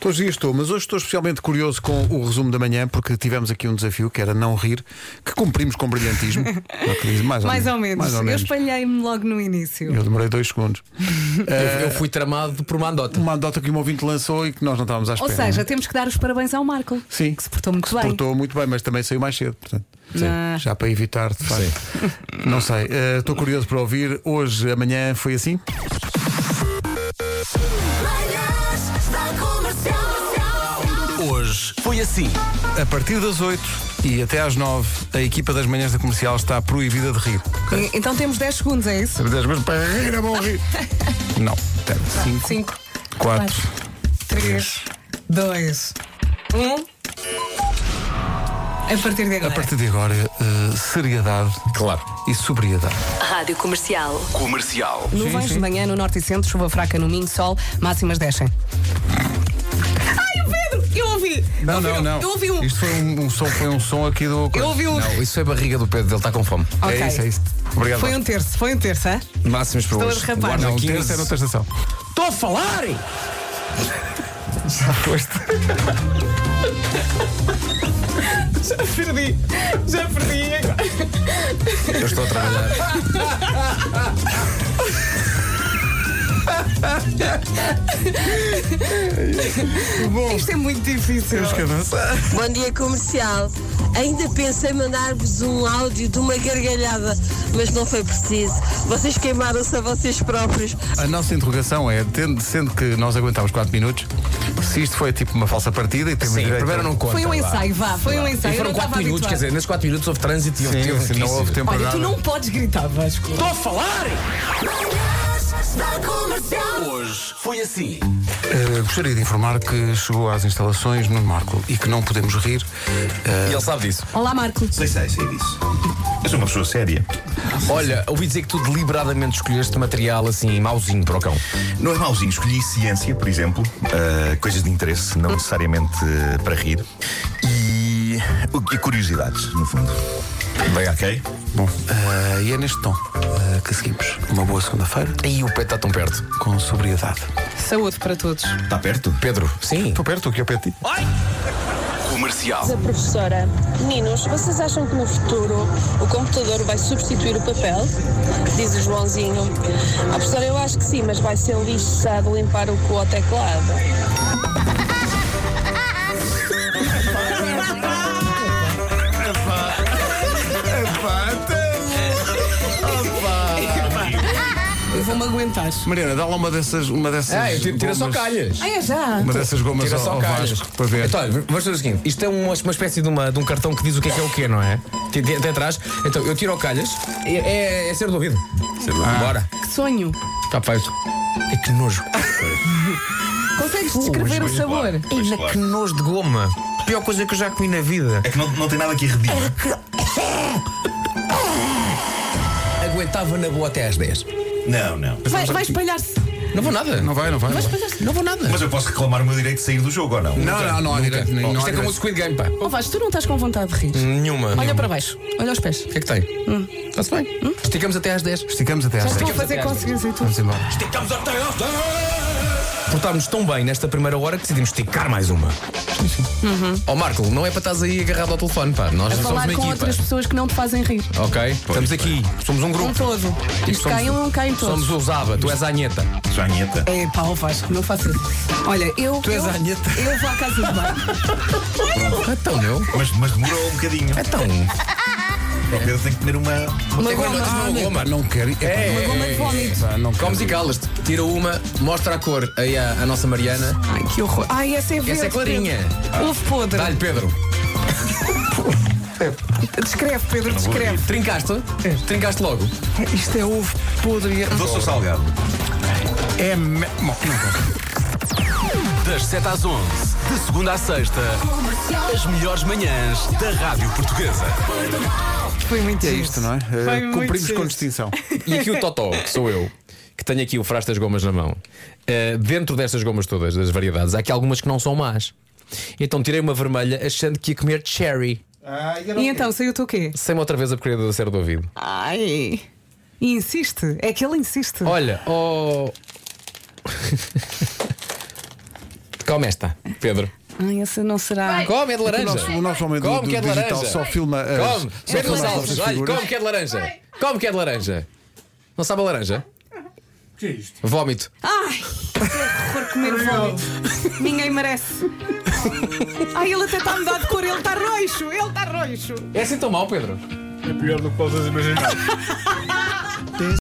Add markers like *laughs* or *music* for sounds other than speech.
Todos os dias estou, mas hoje estou especialmente curioso com o resumo da manhã, porque tivemos aqui um desafio que era não rir, que cumprimos com *laughs* brilhantismo. Não acredito, mais, ou Mais ou menos. mais ou menos. Eu espalhei-me logo no início. Eu demorei dois segundos. Eu fui tramado por uma andota. Uma anedota que um ouvinte lançou e que nós não estávamos à Ou espera. seja, temos que dar os parabéns ao Marco. Sim. Que se portou muito que se bem. portou muito bem, mas também saiu mais cedo. Portanto, Sim. Ah. Já para evitar, de facto. *laughs* Não sei. eh, Estou curioso para ouvir. Hoje, amanhã, foi assim? Manhãs da Comercial. Hoje foi assim. A partir das 8 e até às 9, a equipa das manhãs da comercial está proibida de rir. E- Então temos 10 segundos, é isso? Mas para rir é bom *laughs* rir. Não. 5, 5, 4. 3, 2, 1. A partir de A agora. partir de agora, eh, seriedade Claro. e sobriedade. Rádio Comercial. Comercial. Nuvens de manhã no norte e centro, chuva fraca no Minho, sol, máximas descem. Ai, o Pedro! Eu ouvi! Não, Ouviram? não, não. Eu ouvi um. Isto foi um, um som, foi um som aqui do. Eu ouvi um. Não, isso é barriga do Pedro, ele está com fome. Ok. É isso, é isso. Obrigado. Foi um terço, foi um terço, hã? Máximos para Estou a hoje. derrapar. Guarda Não, um 15. terço é noutra estação. Estou a falar! Já foste. Perdi! Já perdi agora! Eu estou a trabalhar. Isto é muito difícil. Bom dia comercial. Ainda pensei mandar-vos um áudio de uma gargalhada, mas não foi preciso. Vocês queimaram-se a vocês próprios. A nossa interrogação é, tendo- sendo que nós aguentámos 4 minutos, se isto foi tipo uma falsa partida e temos Sim, direito. primeiro a- não conta. Foi um vá. ensaio, vá, foi um ensaio. E foram eu não 4 estava minutos, quer habituada. dizer, é nesses 4 minutos houve trânsito e houve Sim, houve sim, não notícias. houve tempo Olha, para tu nada. não podes gritar, Vasco. Estou a falar! Manhãs da Comercial. Hoje foi assim. Eh, gostaria de informar que chegou às instalações no Marco e que não podemos rir. E ele sabe disso. Olá, Marco. Sei, sei, sei disso. Eu sou uma pessoa séria. Ah, Olha, ouvi dizer que tu deliberadamente escolheste material assim, mauzinho para o cão. Não é mauzinho, escolhi ciência, por exemplo, ah, coisas de interesse, não necessariamente ah, para rir. E, e curiosidades, no fundo. Bem, ok? Bom, eh, e é neste tom eh, que seguimos. Uma boa segunda-feira Aí o pé está tão perto. com sobriedade. Saúde para todos. Está perto? Pedro, sim. Estou perto, o que é perto de ti? Comercial. A professora, meninos, vocês acham que no futuro o computador vai substituir o papel? Diz o Joãozinho. A professora, eu acho que sim, mas vai ser um lixado limpar o cu ao teclado. Eu vou-me aguentar. Mariana, dá lá uma dessas. Uma dessas Ah, eu tiro- tira só gomas- calhas. Ah, é já? Uma dessas gomas Tira ao, só ao calhas. Vasco para ver. Então, olha, vamos fazer o seguinte: isto é uma, uma espécie de, uma- de um cartão que diz o que é que é o quê, não é? Tem- tem Até atrás. Então, eu tiro ao calhas. É, é, é ser do ouvido. Ser do Bora. Que sonho. Está Ah. feito. É que nojo. Consegues descrever o sabor? Ainda Ah, que nojo de goma. Pior coisa que eu já comi na vida. É que não, não é? tem nada que redimir. Aguentava na boa até às 10. Não, não. Vai, vai espalhar-se. Não vou nada. Não vai, não vai. Não não vai. vou nada. Não vou nada. Mas eu posso reclamar o meu direito de sair do jogo ou não? Não, não, não há direito. nem- não há Isto é como o direito. Squid Game, pá. Oh, Vasco, tu não estás com vontade de Hum. rir. Nenhuma. Olha para baixo. Olha os pés. O que é que tem? Está-se bem. Esticamos até às 10. Esticamos até às Estou a dez. fazer conseguência e tudo. Vamos embora. Portámos tão bem nesta primeira hora que decidimos esticar mais uma. Ó Marco, não é para estás aí agarrado ao telefone, pá. Nós A não somos falar uma com equipa. outras pessoas que não te fazem rir. Ok? Estamos aqui, somos um Um grupo. todo. Isto somos- cai um, caem todos. Somos o Zaba, tu és a Anheta. Já nieta. É pá, o Vasco, não faço isso. Olha, eu. Tu és eu, a Anheta. Eu vou à casa de banho. Então, meu. Mas, mas demorou um bocadinho. Então. O Pedro tem que comer uma. Uma Agora goma. não, Ah, goma. Não quero. É, pá, é, goma de é, vómito. pá, não quero. Comes e calas-te. Tira uma, mostra a cor aí à, à nossa Mariana. Ai, que horror. Ai, essa é verde. Essa é clarinha. Pedro. Ovo podre. Dá-lhe, Pedro. Descreve, Pedro, descreve. Trincaste? Trincaste logo. Isto é ovo podre e é. Doce ou salgado? É. me- Bom, não posso. Das 7 às 11. De segunda à sexta. As melhores manhãs da Rádio Portuguesa. Foi muito É giro. isto, não é? Eh, Foi muito Cumprimos giro. com *laughs* distinção. E aqui o Totó, que sou eu, que tenho aqui o frasco das gomas na mão. Uh, dentro destas gomas todas, das variedades, há aqui algumas que não são más. Então tirei uma vermelha achando que ia comer cherry. E então, saiu-te o quê? Sem outra vez a porcaria da cera do ouvido. Ai. E insiste, é que ele insiste. Olha, oh. Calma esta. Pedro. Ai, esse não será. Come, é de O laranja. nosso, o nosso homem do, Como do que é de digital laranja? só filma as, Come, só Pedro filma as Gonçalves, nossas olha, figuras. come que é de laranja. Come que é de laranja. Não sabe a laranja? O que é isto? Vómito. Ai, por comer vómito. Ninguém merece. Ai, ele até está a mudar de cor, ele está roxo, ele está roxo. É assim tão mau, Pedro? É pior do que podes imaginar.